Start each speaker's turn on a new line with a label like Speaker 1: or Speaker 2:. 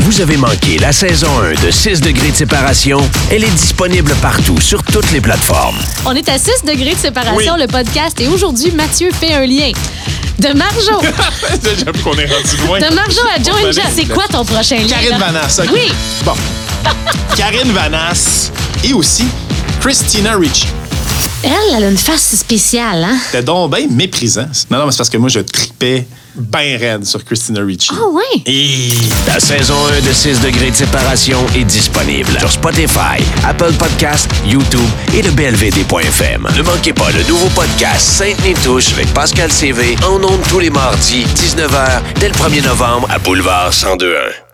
Speaker 1: vous avez manqué la saison 1 de 6 degrés de séparation, elle est disponible partout sur toutes les plateformes.
Speaker 2: On est à 6 degrés de séparation, le podcast, et aujourd'hui, Mathieu fait un lien. De Marjo.
Speaker 3: J'avoue qu'on est rendu loin.
Speaker 2: De Marjo à Joe
Speaker 3: Pas
Speaker 2: Jack.
Speaker 3: valide.
Speaker 2: C'est quoi ton prochain lien?
Speaker 3: ben,
Speaker 2: là?
Speaker 3: Karine Vanasse. ok.
Speaker 2: Oui.
Speaker 3: Bon. Karine Vanasse et aussi Christina Ricci.
Speaker 2: Elle, elle a une face spéciale, hein?
Speaker 3: C'était donc bien méprisant. Non, non, mais c'est parce que moi, je tripais bien raide sur Christina Ricci.
Speaker 2: Ah ouais.
Speaker 1: Et la saison 1 de 6 degrés de séparation est disponible sur Spotify, Apple Podcasts, YouTube et le BLVD.fm. Ne manquez pas le nouveau podcast Sainte-Née Touche avec Pascal CV en ondes tous les mardis, 19h, dès le 1er novembre à Boulevard 1021.